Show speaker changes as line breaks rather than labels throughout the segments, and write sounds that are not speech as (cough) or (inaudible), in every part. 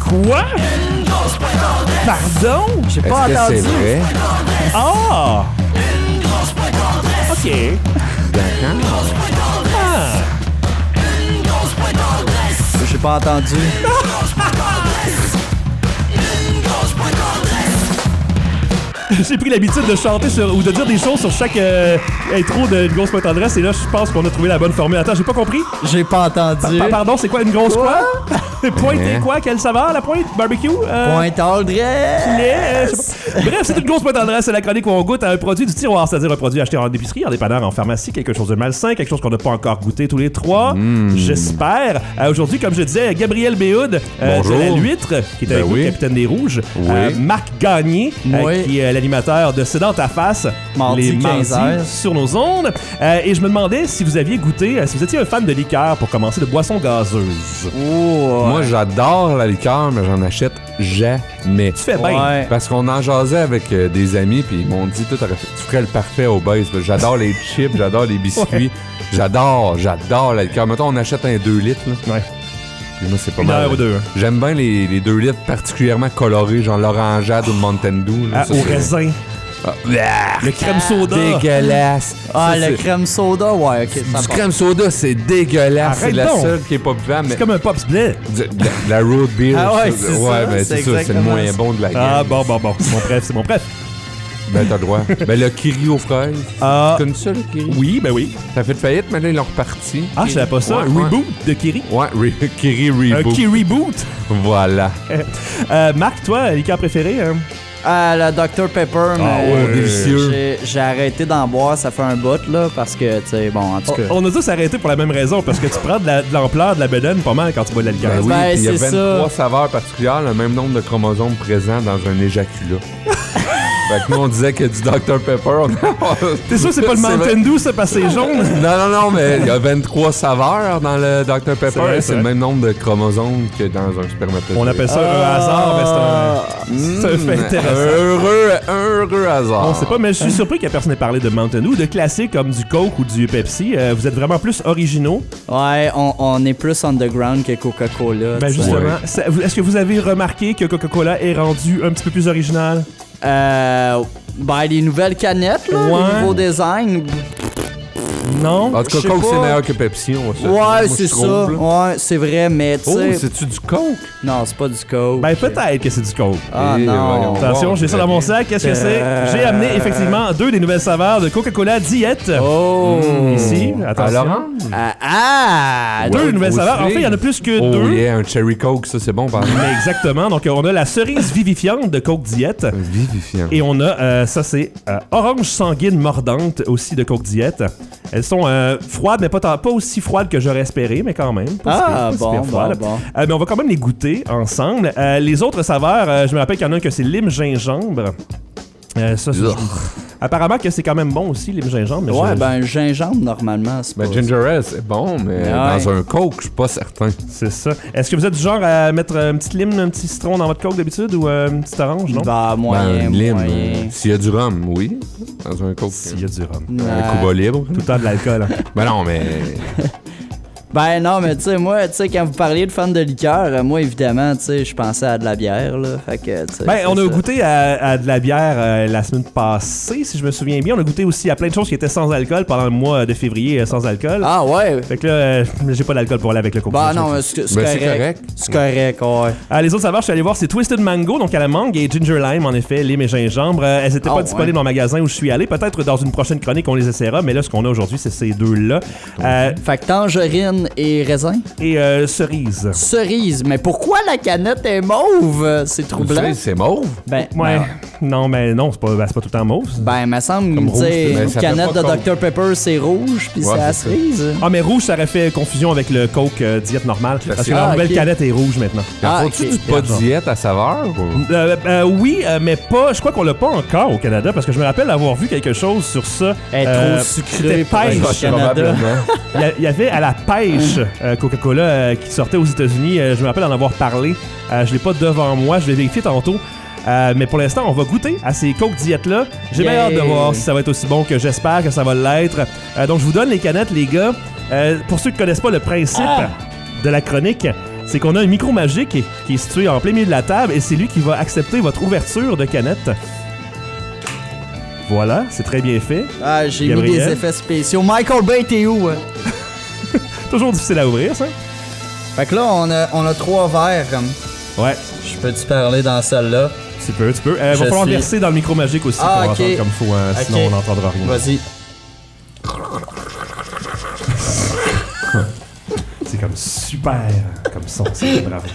Quoi? Pardon? J'ai pas
Est-ce que c'est
entendu.
vrai?
Ah! OK.
D'accord.
Ah!
J'ai pas entendu.
(laughs) J'ai pris l'habitude de chanter sur, ou de dire des choses sur chaque euh, intro de Une grosse pointe tendresse et là, je pense qu'on a trouvé la bonne formule. Attends, j'ai pas compris.
J'ai pas entendu.
Pa- pardon, c'est quoi une grosse quoi? pointe (laughs) et quoi? Quelle saveur? La pointe? Barbecue? Euh,
Pointe Aldrich.
lait? Euh, je sais pas. Bref, c'est une grosse pointe tendresse. C'est la chronique où on goûte à un produit du tiroir, c'est-à-dire un produit acheté en épicerie, en dépanneur, en pharmacie, quelque chose de malsain, quelque chose qu'on n'a pas encore goûté tous les trois.
Hmm.
J'espère. Euh, Aujourd'hui, comme je disais, Gabriel Béhoud euh, de
Bonjour.
La Luitre, qui est avec
Ben
nous,
oui.
capitaine des Rouges. Euh,
Oui.
Marc Gagné, euh,
Oui.
qui est l'animateur de C'est dans ta face,
Mardi,
les
15
mardis
heures.
sur nos ondes. Euh, et je me demandais si vous aviez goûté, euh, si vous étiez un fan de liqueur pour commencer de boissons gazeuses.
Oh.
Moi, j'adore la liqueur, mais j'en achète jamais.
Tu fais bien.
Ouais.
Parce qu'on en jasait avec euh, des amis, puis ils m'ont dit Toi, t'aurais fait- tu ferais le parfait au base.
(laughs)
J'adore les chips, j'adore les biscuits. J'adore, j'adore la liqueur. Mettons, on achète un 2 litres. Là.
Ouais.
Puis moi, c'est pas
Une
mal.
heure ou deux.
J'aime bien les, les 2 litres particulièrement colorés, genre l'orangeade ou le Mountain Dew. là.
Ah,
Ça,
au
c'est-
raisin,
Ah, bleh,
le crème soda.
Dégueulasse.
Ah,
Ça,
le
c'est-
crème soda, ouais, ok. ça
Du
part.
crème soda, c'est dégueulasse. C'est
Arrête
la
donc.
seule qui est pas buvable.
C'est
Mais
comme un pops blé.
du- de- de la road beer,
Ah ouais,
ça,
c'est ça, c'est
mais c'est ça, c'est le
exactement
moins
ça.
bon de la gamme.
Ah bon, bon, bon. C'est mon préf, c'est mon préf.
Ben, t'as le
(laughs)
droit. ben, le Kiri aux fraises.
Ah,
Tu connais ça, le Kiri?
oui, ben oui.
Ça fait de faillite, mais là, ils l'ont reparti.
Ah, je savais pas ça.
Ouais,
un
ouais.
reboot de Kiri.
Ouais, re- (laughs) Kiri
Un
Reboot.
Kiri boot.
Voilà.
(laughs) Euh, Marc, toi, liqueur préférée? hein?
Ah, le Dr Pepper, mais
ouais,
délicieux.
j'ai- J'ai arrêté d'en boire, ça fait un bout là, parce que tu sais, bon, en
Oh,
tout cas.
Euh.
On a tous s'arrêter pour la même raison, parce que tu prends de la- de l'ampleur, de la bedaine pas mal quand tu bois de la liqueur.
Ben oui,
Ben,
puis il y a
c'est
23 saveurs particulières, le même nombre de chromosomes présents dans un
(laughs)
éjaculat. fait que nous, on disait que du Dr Pepper, on
T'es sûr que c'est pas le
(laughs) C'est vrai.
Mountain Dew, ça, parce que c'est jaune?
Non, non, non, mais il y a 23 saveurs dans le Dr
C'est vrai,
Pepper.
c'est
C'est le
vrai.
même nombre de chromosomes que dans oh. un spermatozoïde.
On appelle ça un hasard, mais
Ah,
c'est un, c'est un fait intéressant.
Un Hmm. heureux, un heureux hasard.
On sait pas, mais je suis surpris que personne n'ait parlé de Mountain Dew, de classiques comme du Coke ou du Pepsi. Euh, vous êtes vraiment plus originaux.
Ah. Ouais, on, on est plus underground que Coca-Cola.
Ben
tu sais.
justement, ça- vous- est-ce que vous avez remarqué que Coca-Cola est rendu un petit peu plus original?
Euh, ben, les nouvelles canettes, là,
Ouais.
les nouveaux designs.
Non?
En tout
Je sais
cas, Coke, c'est
pas.
meilleur que Pepsi. On va se le dire. Moi,
Ouais,
je
c'est
trouve,
ça.
là.
Ouais, c'est vrai, mais tu
Oh,
sais.
c'est-tu du Coke?
non, c'est pas du Coke.
Ben peut-être que c'est du Coke.
Ah
Eh,
non.
voyons.
Attention,
Wow,
j'ai ça
très
dans mon
bien.
sac. Qu'est-ce que c'est?
Euh,
J'ai amené effectivement deux des nouvelles saveurs de Coca-Cola Diète.
Oh.
Ici,
À
attention.
l'orange?
Ah, ah
deux
Ouais,
nouvelles
aussi.
saveurs. En fait, il y en a plus que
Oh
deux.
yeah, un cherry Coke, ça c'est bon par exemple.
Mais exactement. Donc, on a la cerise vivifiante de Coke Diète.
Vivifiant.
Et on a, euh, ça c'est euh, orange sanguine mordante aussi de Coke Diète. Elles sont euh, froides, mais pas, tant- pas aussi froides que j'aurais espéré, mais quand même. Pas si pire,
Ah,
pas si
bon,
pire
bon,
froides.
bon.
Euh, mais on va quand même les goûter ensemble. Euh, les autres saveurs, euh, je me rappelle qu'il y en a un que c'est lime gingembre. Euh, ça, c'est-
Urgh.
Apparemment que c'est quand même bon aussi, lime gingembre. Mais
Ouais,
je-
ben, gingembre, normalement, c'est pas.
Ben, ginger ale, c'est bon, mais
Ouais.
dans un Coke, je suis pas certain.
C'est ça. Est-ce que vous êtes du genre à mettre euh, une petite lime, un petit citron dans votre coke d'habitude ou euh, une petite orange, non?
Ben, moyen,
Ben, lime.
moyen.
euh, S'il y a du rhum, oui. Dans un Coke.
S'il y a du rhum. Tout
Un
Ouais.
Cuba libre.
le temps de l'alcool.
(laughs)
hein.
Ben non, mais.
Ben non, mais tu sais, moi, tu sais, quand vous parliez de fans de liqueur, euh, moi, évidemment, tu sais, je pensais à de la bière, là. Fait que, tu sais.
Ben,
c'est
on a
ça.
goûté à, à de la bière euh, la semaine passée, si je me souviens bien. On a goûté aussi à plein de choses qui étaient sans alcool pendant le mois de février, euh, sans alcool.
Ah, ouais.
Fait que là, euh, j'ai pas d'alcool pour aller avec le coke.
Ben non, mais c'est c'est
Ben, c'est
correct.
correct.
C'est correct, ouais.
Ah, les autres saveurs, je suis allé voir, c'est Twisted Mango, donc à la mangue, et Ginger Lime, en effet, lime et gingembre. Euh, elles n'étaient
Ah,
pas
ouais.
disponibles en magasin où je suis allé. Peut-être dans une prochaine chronique, on les essaiera, mais là, ce qu'on a aujourd'hui, c'est ces deux-là. Euh,
Fait que tangerine et raisin.
et euh, cerise.
Cerise, mais pourquoi la canette est mauve? euh, C'est
Tu
troublant.
sais, c'est mauve.
Ben,
Ouais.
ben,
Non, mais non, c'est pas, ben, c'est pas tout le temps mauve. ça.
ben, me semble,
Comme
tu
rouge,
sais,
ben,
une
ça fait
canette de
pas comme-
Dr Pepper, c'est rouge, puis
Ouais,
c'est la
c'est ça.
cerise.
Ah, mais rouge, ça aurait fait confusion avec le Coke euh, diète normale. Parce que
Ah,
la nouvelle
ok.
canette est rouge maintenant.
Ah,
Faut-tu
ok.
du pas de diète à saveur? ou-
Euh, euh, oui, euh, mais pas. Je crois qu'on l'a pas encore au Canada parce que je me rappelle avoir vu quelque chose sur ça.
Elle est
Euh,
trop
c'était
sucrée pour
Ben,
pêche.
être Canada.
Probablement.
Il y a- il y, avait à la pêche euh, Coca-Cola euh, qui sortait aux États-Unis. Euh, je me rappelle en avoir parlé. Euh, je l'ai pas devant moi. Je vais vérifier tantôt. Euh, mais pour l'instant, on va goûter à ces Coke diètes là. J'ai bien
Yay.
hâte de voir si ça va être aussi bon que j'espère que ça va l'être. Euh, donc, je vous donne les canettes, les gars. Euh, pour ceux qui connaissent pas le principe de la chronique, c'est qu'on a un micro magique qui est, qui est situé en plein milieu de la table et c'est lui qui va accepter votre ouverture de canette. Voilà, c'est très bien fait.
Ah, j'ai mis
Gabriel?
des effets spéciaux. Michael Bay, t'es où? hein?
Toujours difficile à ouvrir, ça.
Fait que là, on a, on a trois verres.
Ouais,
Je peux-tu parler dans celle-là?
tu peux, tu peux. Euh,
Je
va falloir
suis-
verser dans le micro magique aussi
Ah,
pour
ok.
entendre comme faut, hein, sinon
Ok.
on n'entendra rien.
Vas-y.
C'est comme super, comme son, c'est bravo.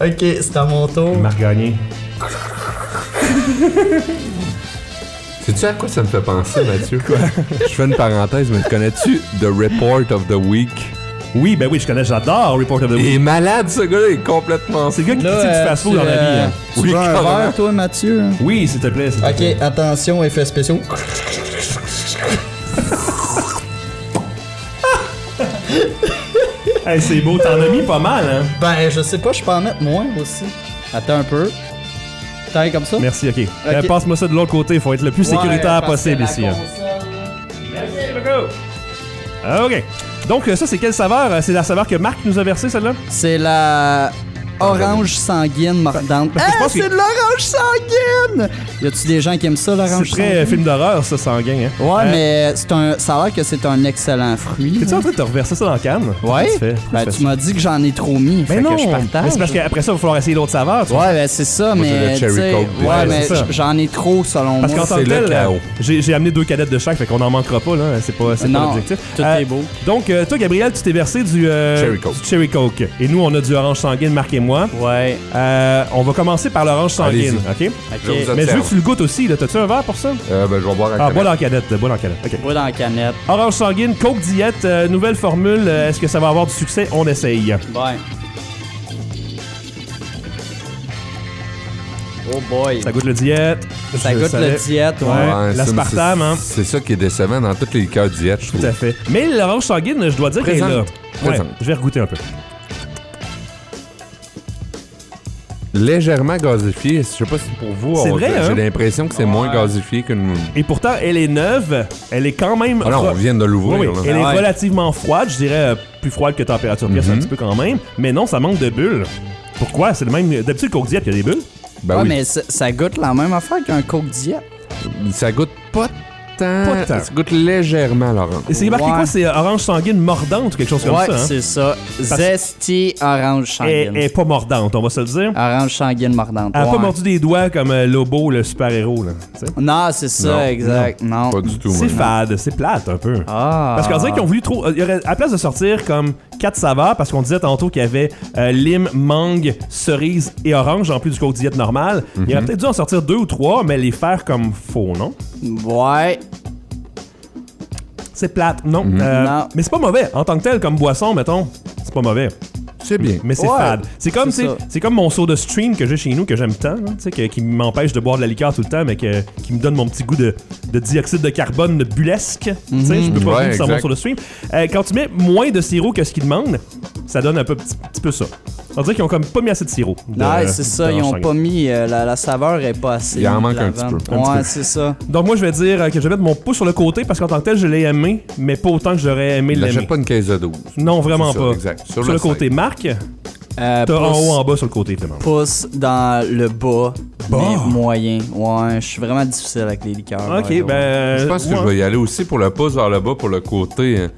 Ok, c'est à mon tour.
Marc Gagné.
Sais-tu à quoi ça me fait penser, Mathieu? Quoi? Je fais une parenthèse, mais connais-tu The Report of the Week?
Oui, ben oui, je connais, j'adore Report of the
Il est
Week.
malade, ce gars-là, il est complètement...
C'est le gars qui
Là,
critique
euh,
du fast-food
tu,
dans la vie.
euh,
hein.
Tu
Oui,
veux un
carrément.
verre, toi, Mathieu? hein?
Oui, s'il te plaît, s'il te
Ok,
plaît.
attention, effets spéciaux.
Hey, c'est beau, t'en as mis pas mal, hein.
Ben, je sais pas, je peux en mettre moins aussi. Attends un peu. T'as comme ça?
Merci, ok. Euh, Passe-moi ça de l'autre côté, faut être le plus sécuritaire possible ici. hein. Ah, ok. Donc, euh, ça, c'est quelle saveur Euh, C'est la saveur que Marc nous a versée, celle-là
C'est la orange sanguine mordante.
parce que je
Ah,
pense que-
c'est de l'orange sanguine! Y a-tu des gens qui aiment ça,
C'est
l'orange
très euh,
sanguine?
film d'horreur, ça, sanguin. Hein?
Ouais,
Euh,
mais c'est un, ça a l'air que c'est un excellent fruit.
T'es-tu en train de te reverser ça dans la canne
Ouais?
Qu'est-ce que tu fais?
Ben,
Qu'est-ce que
tu
fais?
m'as dit que j'en ai trop mis. fait
Ben non,
que je
Mais
partage.
c'est parce qu'après ça, il va falloir essayer l'autre saveur. tu vois.
Ouais, ben c'est ça,
Moi, j'ai
mais.
le cherry
tu sais,
coke, puis
ouais,
ouais,
mais
c'est ça.
j- j'en ai trop selon
Parce qu'en
moi.
tant que
c'est le
tel, euh,
chaos.
j'ai j'ai amené deux canettes de chaque, fait qu'on n'en manquera pas, là. C'est pas, c'est pas
Non,
l'objectif.
tout
Euh,
est beau.
Donc, euh, toi, Gabriel, tu t'es versé du, euh,
Cherry Coke.
du Cherry Coke. Et nous, on a du orange sanguine, Marc et moi.
Ouais,
Euh, on va commencer par l'orange sanguine, ok?
Je vous
ok.
observe.
Mais je veux que tu le goûtes aussi, là. T'as-tu un verre pour ça?
Euh, ben, je vais boire à
Ah,
Québec.
bois dans la canette, bois dans la canette. Ok.
Bois dans la canette.
Orange sanguine, Coke diète, euh, nouvelle formule. euh, Est-ce que ça va avoir du succès? On essaye.
Ouais. Oh boy.
Ça goûte le diète.
Ça
Je
goûte
savais.
le diète, ouais.
Ouais, ça,
L'aspartame,
mais
hein.
c'est- C'est ça qui est décevant dans toutes les liqueurs diètes, je
Tout à
trouve.
fait. Mais l'orange sanguine, je dois dire qu'elle est là.
Présente.
Ouais,
Présente.
je vais regoûter un peu.
Légèrement gazifié, je sais pas si pour vous,
C'est
on-
vrai,
j'ai
hein?
l'impression que c'est moins gazifié qu'une...
Et pourtant, elle est neuve. Elle est quand même.
Ah non,
pro-
on vient de
Oui, oui,
l'ouvrir,
Elle
là.
est
Ah Ouais.
relativement froide, je dirais euh, plus froide que température pièce
Mm-hmm.
un petit peu quand même. Mais non, ça manque de bulles. Pourquoi? C'est le même. D'habitude, le Coke Diet, il y a des bulles.
Ben
ah,
oui.
mais ça, ça goûte la même affaire qu'un Coke Diet.
Ça goûte pas tant...
Pas tant.
Ça goûte légèrement, Laurent.
Et c'est marqué
Ouais.
quoi? C'est euh, orange sanguine mordante ou quelque chose comme
ouais,
ça. hein?
c'est ça. Zesty orange
Elle
sanguine.
elle est pas mordante, on va se le dire.
Orange sanguine mordante.
Elle a pas
ouais.
mordu des doigts comme euh, Lobo, le super-héros. là, tu sais.
Non, c'est ça,
Non,
exact. Non.
Pas du tout. hein.
C'est
moi.
fade, c'est plate un peu.
Ah.
Parce qu'on dirait qu'ils ont voulu trop. euh, il y aurait- à place de sortir comme quatre saveurs, parce qu'on disait tantôt qu'il y avait euh, lime, mangue, cerise et orange en plus du coke diète normal, il aurait peut-être dû en sortir deux ou trois, mais les faire comme faux, non?
Ouais.
C'est plate, non. Euh,
Non.
Mais c'est pas mauvais. En tant que tel, comme boisson, mettons, c'est pas mauvais.
C'est bien.
Mais c'est
Ouais.
fade. C'est comme,
C'est
tu sais,
ça.
c'est comme mon seau de stream que j'ai chez nous, que j'aime tant, hein, tu sais, que- qui m'empêche de boire de la liqueur tout le temps, mais que- qui me donne mon petit goût de, de dioxyde de carbone de bulesque. Tu sais, je peux pas
Mhm. Ouais,
vivre sans mon
exact.
seau de stream. Euh, quand tu mets moins de sirop que ce qu'ils demandent, ça donne un peu, petit, petit peu ça. On dirait qu'ils ont comme pas mis assez de sirop. de-
Non, c'est ça,
de
ils ont
Shanghai.
pas mis. euh, la, la saveur est pas assez.
Il en manque un
lavande.
petit peu, un petit
Ouais,
peu.
c'est ça.
Donc moi, je vais dire euh, que je vais mettre mon pouce sur le côté parce qu'en tant que tel, je l'ai aimé, mais pas autant que j'aurais aimé
Il
l'aimer.
n'achète pas une caisse de 12.
Non, vraiment
C'est ça,
pas.
exact. Sur
Sur,
le
le côté, Marc, t'as
Euh,
en
pousse-
haut, en bas sur le côté, finalement.
pousse dans le bas, mais moyen. Ouais, je suis vraiment difficile avec les liqueurs.
Ok,
ouais,
ben.
ouais.
Je pense que
ouais.
je vais y aller aussi pour le pouce vers le bas, pour le côté euh,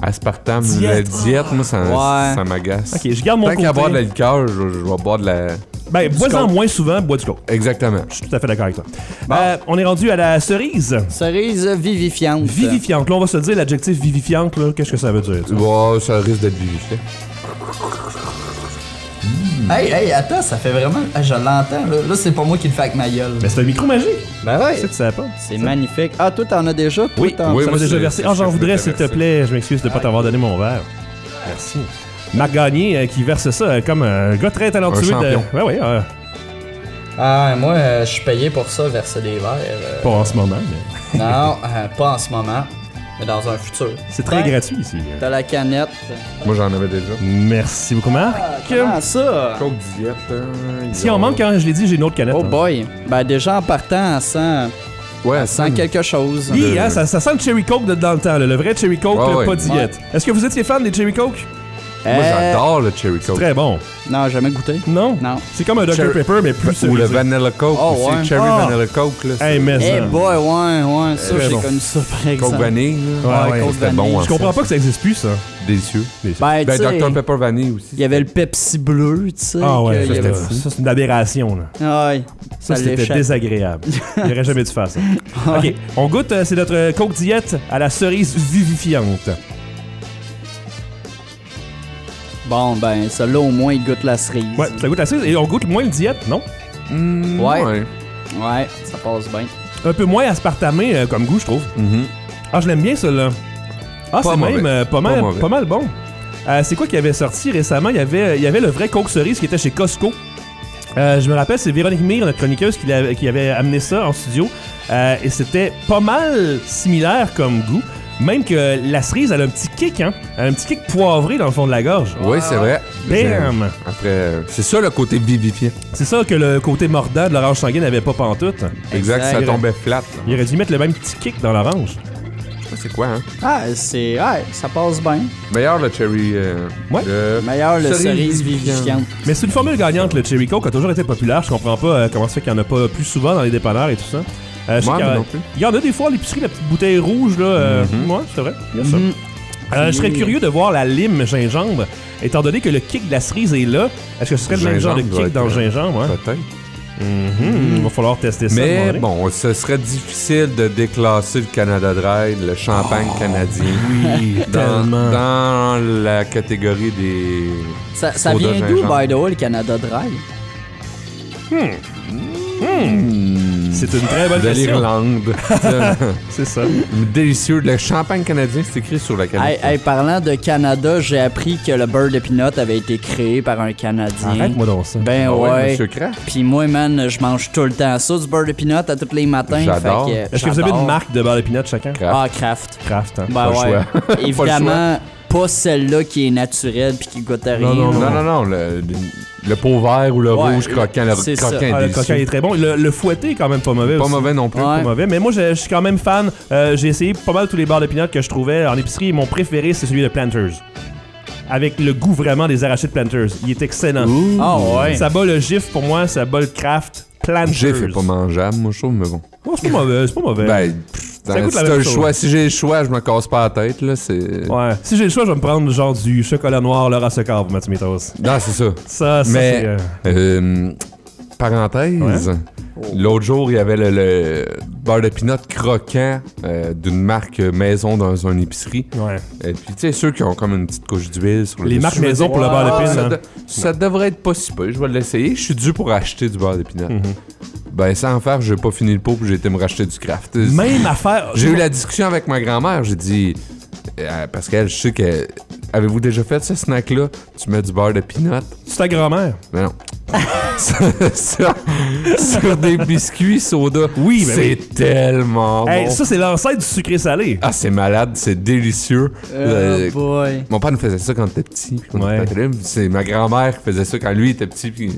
aspartame. La
Diète.
diète, moi, ça,
Ouais.
ça m'agace.
Ok, je garde mon
Tant
côté.
qu'à boire de la liqueur, je, je vais boire de la...
Ben, bois-en
Coke.
moins souvent, bois du coke.
Exactement.
Je suis tout à fait d'accord avec toi. Euh, on est rendu à la cerise.
Cerise vivifiante.
Vivifiante. Là, on va se dire l'adjectif vivifiante, là. Qu'est-ce que ça veut dire? tu vois?
Bon, ça risque d'être vivifié.
Hey, hey, attends, ça fait vraiment. Ah, Je l'entends, là. Là, c'est pas moi qui le fais avec ma gueule.
Mais c'est un micro magique.
Ben
Tu sais,
ouais.
tu savais pas?
C'est magnifique. Ah, toi, t'en as déjà? Toi,
Oui,
t'en-
oui.
ça
moi,
m'a déjà
c'est-
versé.
c'est
Ah,
ce
j'en
que je
voudrais,
voulais
s'il te
verser.
plaît. Je m'excuse de pas t'avoir donné mon verre. Merci. Marc Gagné, euh, qui verse ça euh, comme un gars très talentueux.
Un
de...
champion.
Ouais, ouais. euh,
Ah, moi, euh, je suis payé pour ça, verser des verres. euh.
pas en ce moment, mais
non, euh, pas en ce moment, mais dans un futur.
c'est très gratuit ici.
T'as la canette.
Moi, j'en avais déjà.
Merci beaucoup, Marc.
Comment ça?
Coke diète. hein,
si
ils
on
ont-
manque, hein, je l'ai dit, j'ai une autre canette.
Oh
hein.
boy. Ben déjà en partant, elle sent,
Ouais,
elle sent quelque chose.
Hi,
Le-
hein, ça, ça sent le Cherry Coke de dans le temps, là, le vrai Cherry Coke,
Ah, ben, euh, Ouais,
là, pas
ouais.
diète. Est-ce que vous étiez fan des Cherry Coke?
Moi,
Euh,
j'adore le cherry coke.
Très bon.
Non, jamais goûté.
Non?
Non.
C'est comme un Dr
Cherry-
Pepper, mais plus
Ou le
céréalisé.
vanilla coke
Oh,
aussi.
ouais.
Cherry
Ah.
vanilla coke. Là,
Hey,
c'est-
mais
Eh
ça.
boy, ouais, ouais, ça,
Très
j'ai
bon.
connu ça, par exemple.
Coke vanille. là.
Ouais,
ouais,
ouais,
Coke
c'était
vanille.
bon, hein.
Je comprends pas que ça existe plus, ça.
Délicieux.
Ben,
Ben,
tu sais,
Dr Pepper vanille aussi.
il y avait le Pepsi bleu, tu sais.
Ah ouais,
que
ça,
il y
c'était-
avait-
fou.
ça, c'est une aberration, là.
Ouais,
Ça,
ça
c'était
l'échappe.
désagréable. Il aurait jamais dû
(laughs)
faire ça. OK, on goûte, euh, c'est notre euh, Coke diète à la cerise vivifiante.
Bon, ben, celui-là, au moins, il goûte la cerise.
Ouais, ça goûte la cerise et on goûte moins le diète, non?
Mm,
Ouais. Ouais, ça passe bien.
Un peu moins aspartamé euh, comme goût, je trouve.
Mhm.
Ah, je l'aime bien, celui-là. Ah,
Pas
c'est
mauvais.
même euh, pas,
Pas
mal,
mauvais.
pas mal bon. Euh, c'est quoi qui avait sorti récemment? Il y avait, il y avait le vrai Coke cerise qui était chez Costco. Euh, je me rappelle, c'est Véronique Mire, notre chroniqueuse, qui, l'a- qui avait amené ça en studio. Euh, et c'était pas mal similaire comme goût. Même que la cerise, elle a un petit kick, hein? Elle a un petit kick poivré dans le fond de la gorge.
Oui,
Ah.
c'est vrai.
Bam!
Après, euh, c'est ça le côté vivifiant.
C'est ça que le côté mordant de l'orange sanguine n'avait pas pantoute.
Exact,
Exact.
ça tombait flat.
Il aurait dû mettre le même petit kick dans l'orange.
là. C'est quoi, hein?
Ah, c'est. Ouais, ça passe bien.
Meilleur le cherry. euh,
Ouais.
le-
Meilleur, le
Cerise
cerise
vivifiante.
vivifiante.
Mais c'est une formule gagnante, le Cherry Coke a toujours été populaire. Je comprends pas euh, comment ça fait qu'il n'y en a pas plus souvent dans les dépanneurs et tout ça. Euh, je sais
Ouais,
qu'il y a-
moi non plus. Mm-hmm.
il y en a des fois à l'épicerie, la petite bouteille rouge, là. euh, ouais, c'est vrai. Il y a ça.
Mhm.
Euh, je serais
Puis-
curieux de voir la lime gingembre, étant donné que le kick de la cerise est là. Est-ce que ce serait le même genre de
Gingembre doit
kick
être,
dans le
euh,
gingembre? hein?
Peut-être.
Mhm. Il va falloir tester ça. à un moment
Mais
donné.
bon, ce serait difficile de déclasser le Canada Dry, le champagne canadien. Oui, (laughs) dans,
tellement.
dans la catégorie des.
Ça, ça
Soda
vient d'où,
gingembre.
by the way, le Canada Dry?
C'est une très bonne
de
question.
l'Irlande. (laughs)
C'est ça.
Délicieux. Le champagne canadien, c'est écrit sur la
Hey,
canette.
hey, parlant de Canada, j'ai appris que le beurre de pinot avait été créé par un Canadien.
Arrête-moi donc ça.
Ben
Ah
ouais.
Monsieur Kraft.
Puis moi, man, je mange tout le temps ça, du beurre de pinot à tous les matins.
J'adore.
fait
Est-ce que vous avez
j'adore.
une marque de beurre de pinot chacun?
Kraft.
Ah, Kraft.
Kraft, hein?
Ben
Pas le
ouais.
choix. (laughs) Pas le
Évidemment, pas, celle-là qui est naturelle puis qui goûte à rien.
Non, non,
non, non, non. Le, le pot vert ou le
Ah, Ouais,
rouge croquant. Le
c'est
croquant
ça.
est
Ah, le
délicieux.
coquin est très bon. Le, le fouetté est quand même pas mauvais
Pas
aussi.
mauvais non plus.
Ouais.
pas mauvais. Mais moi, je, je suis quand même fan. Euh, j'ai essayé pas mal tous les bars de pinot que je trouvais en épicerie. Mon préféré, c'est celui de Planters. Avec le goût vraiment des arrachés de Planters. Il est excellent.
Ah ouais.
Ça bat le gif pour moi, ça bat le craft. Planters.
J'ai fait pas mangeable, moi, je trouve, mais bon.
Oh, c'est pas mauvais, c'est pas mauvais.
Ben, pff,
Ça
dans-
coûte
si
la
t'as
même
le
chose.
choix, si j'ai le choix, je me casse pas la tête, là, c'est...
Ouais. Si j'ai le choix, je vais me prendre genre du chocolat noir, Laura Secor pour Matimitos.
Non, c'est ça.
Ça, ça,
Mais,
c'est. euh,
euh, parenthèse, l'autre jour, il y avait le, le beurre de pinot croquant euh, d'une marque maison dans une épicerie.
euh, Ouais.
Et puis, tu sais, ceux qui ont comme une petite couche d'huile sur le
Les
dessus,
marques
je me
maison
dis,
pour le
Ah,
beurre de pinot,
Ça,
hein.
de- ça devrait être pas si peu. Je vais l'essayer. Je suis dû pour acheter du beurre de pinot. Ben, sans faire, j'ai pas fini le pot, puis j'ai été me racheter du craft.
Mm-hmm. Même affaire.
J'ai eu la discussion avec ma grand-mère. J'ai dit, euh, parce qu'elle, je sais que. Avez-vous déjà fait ce snack-là? Tu mets du beurre de pinot?
C'est ta grand-mère. (laughs)
Mais non. sur, sur- sur des biscuits soda.
Oui, mais
C'est tellement
Hey,
bon.
ça, c'est l'ancêtre du sucré salé.
Ah, c'est malade, c'est délicieux. Euh,
Oh boy.
mon père nous faisait ça quand on était petit. puis quand on
Ouais.
était là, puis C'est ma grand-mère qui faisait ça quand lui était petit. Puis,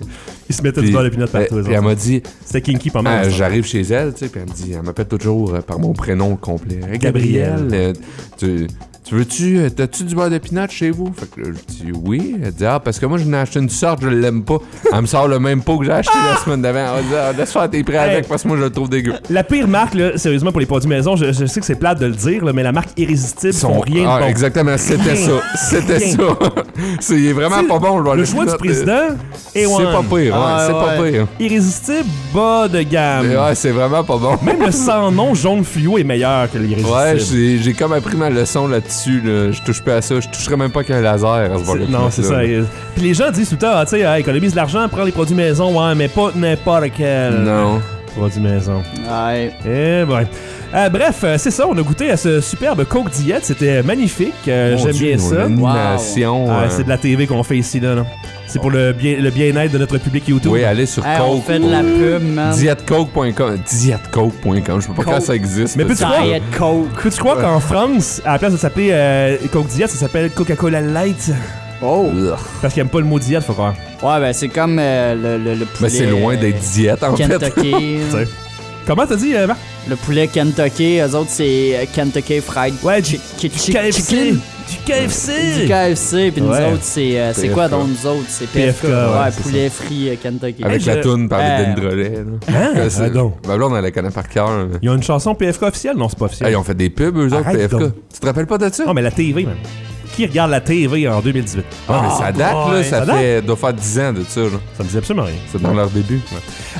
Il se mettait
puis-
du beurre de pinot partout.
euh,
les
puis elle
autres.
m'a dit,
C'était kinky pas
Ah,
mal. ça.
j'arrive chez elle, tu sais, puis elle me dit, elle m'appelle toujours euh, par mon prénom complet. Hey,
Gabriel.
Gabriel, euh, tu, tu veux-tu, euh, t'as-tu du beurre de pinot chez vous? Fait que là, je dis oui. Elle dit, ah, parce que moi, je n'ai acheté une sorte, je l'aime pas. Elle me sort le même pot que j'ai acheté la semaine d'avant. Elle dit, ah, laisse faire tes prêts
Hey.
avec, parce que moi, je le trouve dégueu.
La pire marque, là, sérieusement, pour les produits maison, je, je sais que c'est plate de le dire, là, mais la marque Irrésistible,
Ils
font rien
ah,
de bon.
Exactement, c'était
Rien.
ça. C'était
Rien.
ça. (laughs) c'est il est vraiment
Tu sais,
pas bon, le beurre
Le
de
choix
pinot,
du
euh,
président, et
C'est pas pire, ouais,
Ah,
c'est pas
ouais.
pire.
Irrésistible, bas de
Mais ah,
gamme.
ouais, c'est vraiment pas bon.
Même le sans nom jaune fluo est meilleur que
Ouais,
l'Irrésistible.
j'ai j'ai comme appris ma leçon là-dessus. là. Je touche pas à ça. Je toucherai même pas qu'un laser à ce
C'est-
bord-là.
non, c'est ça.
Là.
euh, Puis les gens disent tout le temps, ah, tu sais, ah, économise de l'argent, prends les produits maison, ouais, mais pas n'importe quel
Non.
produit maison.
Ouais.
Eh ben. Euh, bref, euh, c'est ça, on a goûté à ce superbe Coke Diet, c'était magnifique, euh,
Mon
j'aime
Dieu,
bien
nos
ça.
animations,
Ah,
euh,
c'est de la TV qu'on fait ici, là. là. C'est pour le bien- le bien-être de notre public YouTube.
Oui, allez sur
Hey,
Coke.
on fait de la pub, man.
Dietcoke.com. Dietcoke.com. Je sais pas quand ça existe.
Mais peux-tu
ça.
croire-
Diet Coke.
Peux-tu croire qu'en France, à la place de s'appeler euh, Coke Diet, ça s'appelle Coca-Cola Light?
Oh.
Ugh.
Parce qu'ils aiment pas le mot diète, faut croire.
Ouais, ben c'est comme euh, le, le, le poulet.
Mais c'est loin
euh,
d'être diète, en fait. (laughs)
Kentucky.
Tu sais. Comment t'as dit, euh, Marc?
Le poulet Kentucky, eux autres, c'est euh, Kentucky Fried
Ouais, du,
Chi- Chi- Chi-
KFC.
Chicken.
Du KFC.
Du KFC, puis nous
Ouais.
autres, c'est euh, c'est quoi
PFK.
donc nous autres? C'est
PFK,
PFK, ouais,
ouais, c'est
poulet frit euh, Kentucky.
Avec
Hey,
la
je-
toune par
Hey.
Ben Drolet. là.
Hein?
Que c'est-
Ah, donc.
Ma blonde, elle la connaît par cœur. là.
Ils ont une chanson PFK officielle? Non, c'est pas officiel.
Hey, ils ont fait des pubs, eux autres,
Arrête
PFK.
donc.
Tu te rappelles pas de ça?
Non, mais la TV, même. Qui regarde la TV en 2018?
Ah, mais ça date,
boy,
là. Ça,
ça date.
fait, doit faire 10 ans de ça, là.
Ça me dit absolument rien.
C'est dans leur début.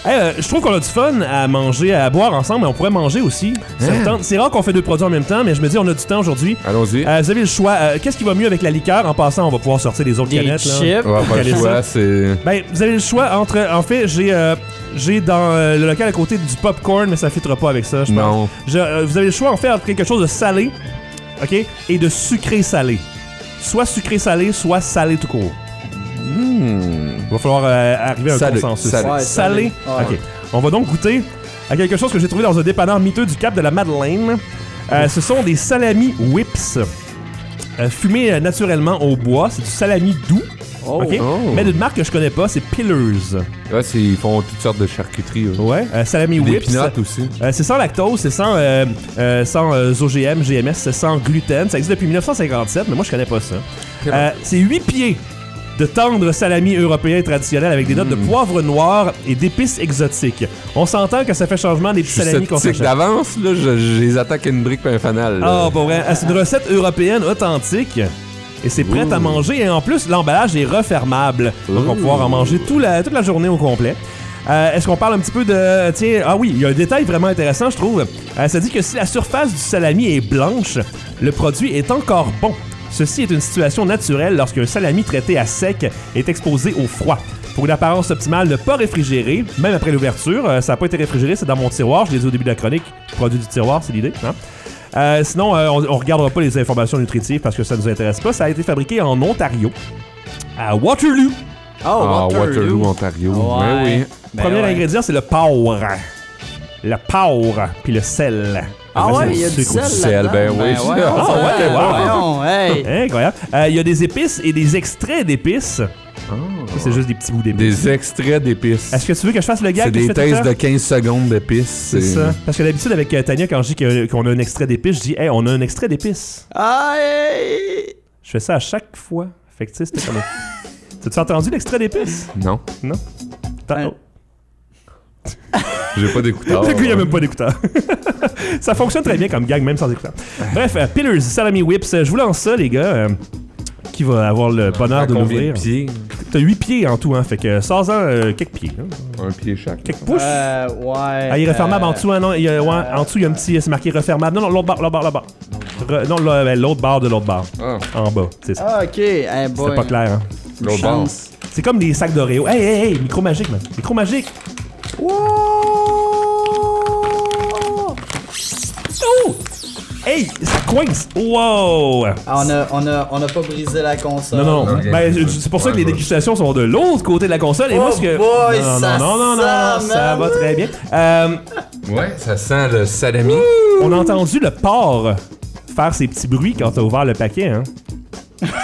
Hey, euh, je trouve qu'on a du fun à manger, à boire ensemble, mais on pourrait manger aussi.
Hein?
Ça me tente. C'est rare qu'on fait deux produits en même temps, mais je me dis, on a du temps aujourd'hui.
Allons-y.
Euh, vous avez le choix. Euh, Qu'est-ce qui va mieux avec la liqueur? En passant, on va pouvoir sortir les autres
Des
canettes. là.
chips.
On va faire
Calais
le
ça.
choix, c'est...
Ben, vous avez le choix entre. En fait, j'ai euh, j'ai dans euh, le local à côté du popcorn, mais ça fitera pas avec ça, je pense.
Non.
Je- euh, vous avez le choix en fait entre quelque chose de salé, ok, et de sucré salé. Soit sucré salé, soit salé tout court.
Hmm.
Il va falloir euh, arriver à un
Salé,
consensus.
salé.
Ouais, salé. Ouais.
Ok. On va donc goûter à quelque chose que j'ai trouvé dans un dépanneur miteux du Cap de la Madeleine. Euh, ce sont des salamis whips. euh, fumés euh, naturellement au bois, c'est du salami doux,
Oh.
ok?
Oh.
Mais d'une marque que je connais pas, c'est Pillars.
Ouais, c'est- ils font toutes sortes de charcuteries. eux.
Ouais, euh, salami
Des
whips.
pinottes aussi.
Euh, c'est sans lactose, c'est sans, euh, euh, sans euh, OGM, GMS, c'est sans gluten. Ça existe depuis 1957, mais moi je connais pas ça. Euh, c'est 8 pieds de tendre salami européen traditionnel avec des notes de
Hmm.
poivre noir et d'épices exotiques. On s'entend que ça fait changement des petits
Je suis
salamis qu'on
sceptique
s'achète.
d'avance, là. Je, je les attaque à une brique et un fanal.
Ah,
là.
pour vrai. Ah, C'est une recette européenne authentique. Et c'est prêt à manger. Et en plus, l'emballage est refermable. Donc, on va pouvoir en manger tout la- toute la journée au complet. Euh, Est-ce qu'on parle un petit peu de... Tiens, ah oui, il y a un détail vraiment intéressant, je trouve. Euh, ça dit que si la surface du salami est blanche, le produit est encore bon. Ceci est une situation naturelle lorsqu'un salami traité à sec est exposé au froid. Pour une apparence optimale, ne pas réfrigérer, même après l'ouverture. Euh, ça n'a pas été réfrigéré, c'est dans mon tiroir. Je l'ai dit au début de la chronique. Produit du tiroir, c'est l'idée. hein? Euh, sinon, euh, on, on regardera pas les informations nutritives parce que ça nous intéresse pas. Ça a été fabriqué en Ontario, à Waterloo.
Oh,
Ah,
Waterloo.
Waterloo, Ontario.
Ah,
Ouais.
Ouais, oui.
Ben
Premier
ouais.
ingrédient, c'est le power. Le power, puis le sel.
Ah
Le reste,
ouais, il y a
c'est
du
sucre ou
sel
sel,
là-dedans.
ben oui.
ouais,
Ah
on
ouais,
sait,
wow.
voyons, hey.
Incroyable. Euh, Il y a des épices et des extraits d'épices.
Ah.
Ça, C'est juste des petits bouts d'épices.
Des extraits d'épices.
Est-ce que tu veux que je fasse le gag
C'est
que je
des
fais tout le
thèses
temps?
de 15 secondes d'épices.
C'est ça. Parce que d'habitude, avec euh, Tania, quand je dis que- qu'on a un extrait d'épices, je dis, hey, on a un extrait d'épices.
Ah, hey.
Je fais ça à chaque fois. Fait que, tu sais, c'était comme.
(laughs)
T'as-tu entendu l'extrait d'épices?
Non,
Non? Attends,
Ouais.
oh.
j'ai pas d'écouteurs.
Le gars, il a même pas d'écouteur. (laughs) ça fonctionne très bien comme gag, même sans écouteur. Bref, euh, Pillars, Salami Whips, euh, je vous lance ça, les gars. euh, qui va avoir le bonheur
À
de
combien
l'ouvrir?
de pieds?
T'as 8 pieds en tout, hein. Fait que sors-en euh, quelques pieds. hein.
Un pied chaque.
Quelques pouces.
Euh, ouais.
ah, il est refermable
euh,
en dessous, hein, non? il y a- ouais, en dessous, il y a un petit. euh, C'est marqué refermable. Non, non, l'autre barre, l'autre barre, l'autre barre. Re- non, le- ben, l'autre barre de l'autre barre.
Ah,
En bas, c'est ça.
Ah, ok. Hey,
C'était
boy.
pas clair, hein.
l'autre bord.
Chance.
C'est comme des sacs d'Oreo. Hey, hey, hey, micro magique, man. Micro magique. Wow! Oh! Hey, ça coince. Wow!
Ah, on, a, on, a, on a pas brisé la console.
Non, non, non.
Non, ok.
Ben, je- c'est pour ça que les dégustations sont de l'autre côté de la console. Et moi,
Oh
ce que.
boy,
non, non,
ça
non, non, non, non,
sent,
ça
man.
va très bien. Euh,
Ouais, ça sent le salami.
on a entendu le porc faire ses petits bruits quand t'as ouvert le paquet, hein.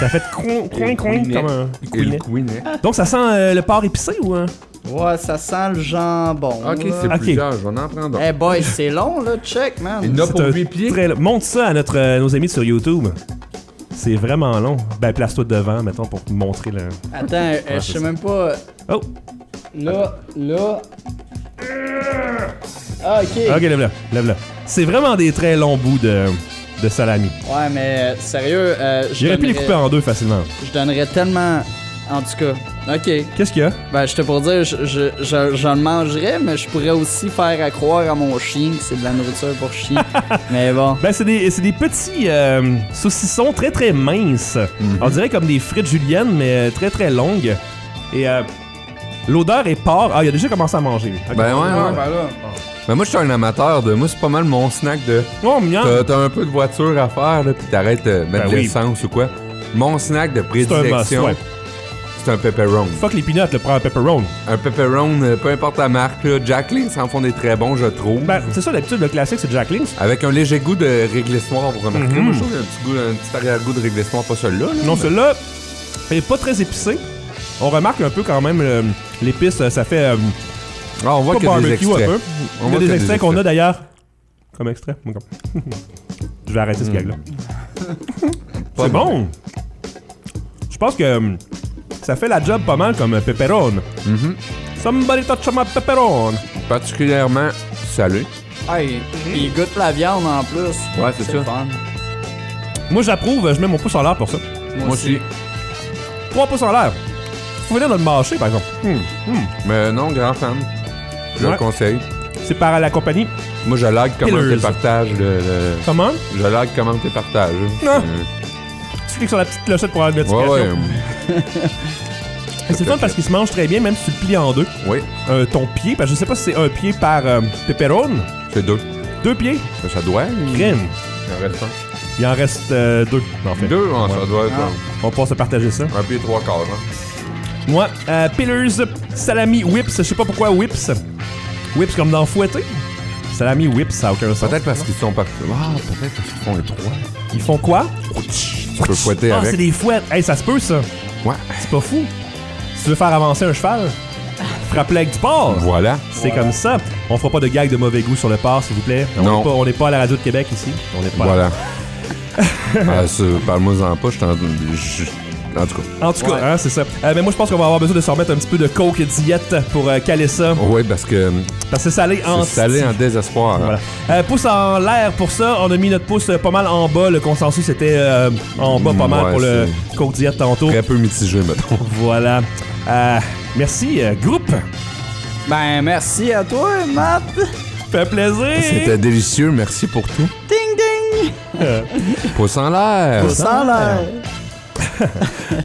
Ça fait coin, coin, coin,
couinet.
comme un.
Et le
couinet.
couinet.
Donc, ça sent euh, le porc épicé ou. hein?
Ouais, ça sent le jambon.
Ok,
là.
c'est
Ok.
plusieurs, je vais en prendre un.
Hey boy, c'est long là, check man.
Il y en a
C'est
pour
un
8 pieds.
très- Montre ça à notre, euh, nos amis sur YouTube. C'est vraiment long. Ben, place-toi devant, mettons, pour montrer le.
Attends, euh, je sais même pas.
Oh!
Là, là. Ah, ok.
Ok, lève-le, lève-le. C'est vraiment des très longs bouts de, de salami.
Ouais, mais euh, sérieux, euh, je
J'aurais pu les couper
donnerais,
en deux facilement.
je donnerais tellement. En tout cas, ok.
Qu'est-ce qu'il y a?
Ben, je te pour dire, je, je, je- j'en mangerais, mais je pourrais aussi faire à croire à mon chien que c'est de la nourriture pour chien. mais bon.
Ben, c'est des, c'est des petits euh, saucissons très très minces.
Mhm.
On dirait comme des frites juliennes, mais euh, très très longues. Et euh, l'odeur est porc. Ah, il a déjà commencé à manger. lui. Ok.
Ben ouais, ouais.
là.
Mais moi, je suis un amateur de. Moi, c'est pas mal mon snack de.
Oh, miam!
T'as t'as un peu de voiture à faire, là, puis t'arrêtes de mettre
Ben
de
oui.
l'essence ou quoi. Mon snack de
C'est un must,
prédilection,
ouais.
c'est un pepperoni.
Fuck les peanuts, le prends un pepperoni.
Un pepperoni, euh, peu importe la marque, là, Jack Links en font des très bons, je trouve.
Ben, c'est ça, l'habitude, le classique, c'est Jack Links.
Avec un léger goût de réglisse noire, vous remarquerez. Moi, je trouve qu'il y a un petit, goût, un petit arrière-goût de réglisse noire, pas celui-là. là,
Mhm. Non,
mais-
celui-là est pas très épicé. On remarque un peu quand même euh, l'épice, euh, ça fait euh,
Ah, on voit
pas
qu'il y a des
barbecue un
extraits.
peu.
On
Il y
voit
a
qu'il
des extraits qu'on a d'ailleurs. Comme extrait. Moi, comme- (laughs) Je vais arrêter ce gag-là.
Hmm.
C'est
Pas mal.
bon. Je pense que hum, ça fait la job pas mal comme euh, pepperone.
Mm-hmm.
Somebody touch my pepperone.
Particulièrement salé.
Hey, il goûte la viande en plus.
Ouais, c'est ça.
fun.
Moi, j'approuve. Je mets mon pouce en l'air pour ça.
Moi aussi.
Trois pouces en l'air. Faut venir de le marché, par exemple.
Mais non, grand fan. Je
Ouais.
le conseille.
C'est par la compagnie.
Moi, je like comment
Pillars.
tu partages le, le-
Comment?
Je like comment tu partages.
Ah.
Euh,
Tu cliques sur la petite clochette pour avoir une
Ouais,
notification.
ouais.
Et c'est fun parce qu'il se mange très bien, même si tu le plies en deux.
Oui,
Euh, ton pied, parce que je sais pas si c'est un pied par euh, pepperone.
c'est deux.
Deux pieds.
Ça, ça doit. Il
Crème.
il en reste un.
Il en reste euh, deux, en fait.
Deux, hein, ça doit être
On va pouvoir se partager ça.
un pied trois quarts. hein.
Moi, euh, Pillars, salami whips. Je sais pas pourquoi whips. Whips comme dans fouetter. Salami whips, ça a aucun sens.
Peut-être parce qu'ils sont partis. Ah, peut-être parce qu'ils font un trois.
Ils font quoi?
Tu peux fouetter
Ah, c'est
avec.
des fouettes. Hey, ça se peut, ça.
Ouais.
C'est pas fou. Si tu veux faire avancer un cheval, frappe-le avec du porc.
Voilà.
C'est comme ça. On fera pas de gag de mauvais goût sur le porc, s'il vous plaît. On
Non.
est pas- On n'est pas, à la radio de Québec ici. On n'est pas. (laughs)
Voilà. Ah, ça, Parle-moi-en pas, je t'en. je- En tout cas.
En tout cas,
Ouais.
hein, c'est ça. Euh, mais moi, je pense qu'on va avoir besoin de se remettre un petit peu de coke diète pour euh, caler ça.
Oui, parce que euh,
Parce que Ah, c'est salé en.
c'est salé en désespoir. hein.
Voilà. Euh, pouce en l'air pour ça. On a mis notre pouce euh, pas mal en bas. Le consensus était euh, en bas pas mal
Ouais,
pour le coke diète tantôt.
Très peu mitigé, mettons.
Voilà. Euh, merci, euh, groupe.
Ben, merci à toi, Matt.
Fait plaisir.
C'était délicieux, merci pour tout.
Ding, ding.
Pouce en l'air!
Sans l'air.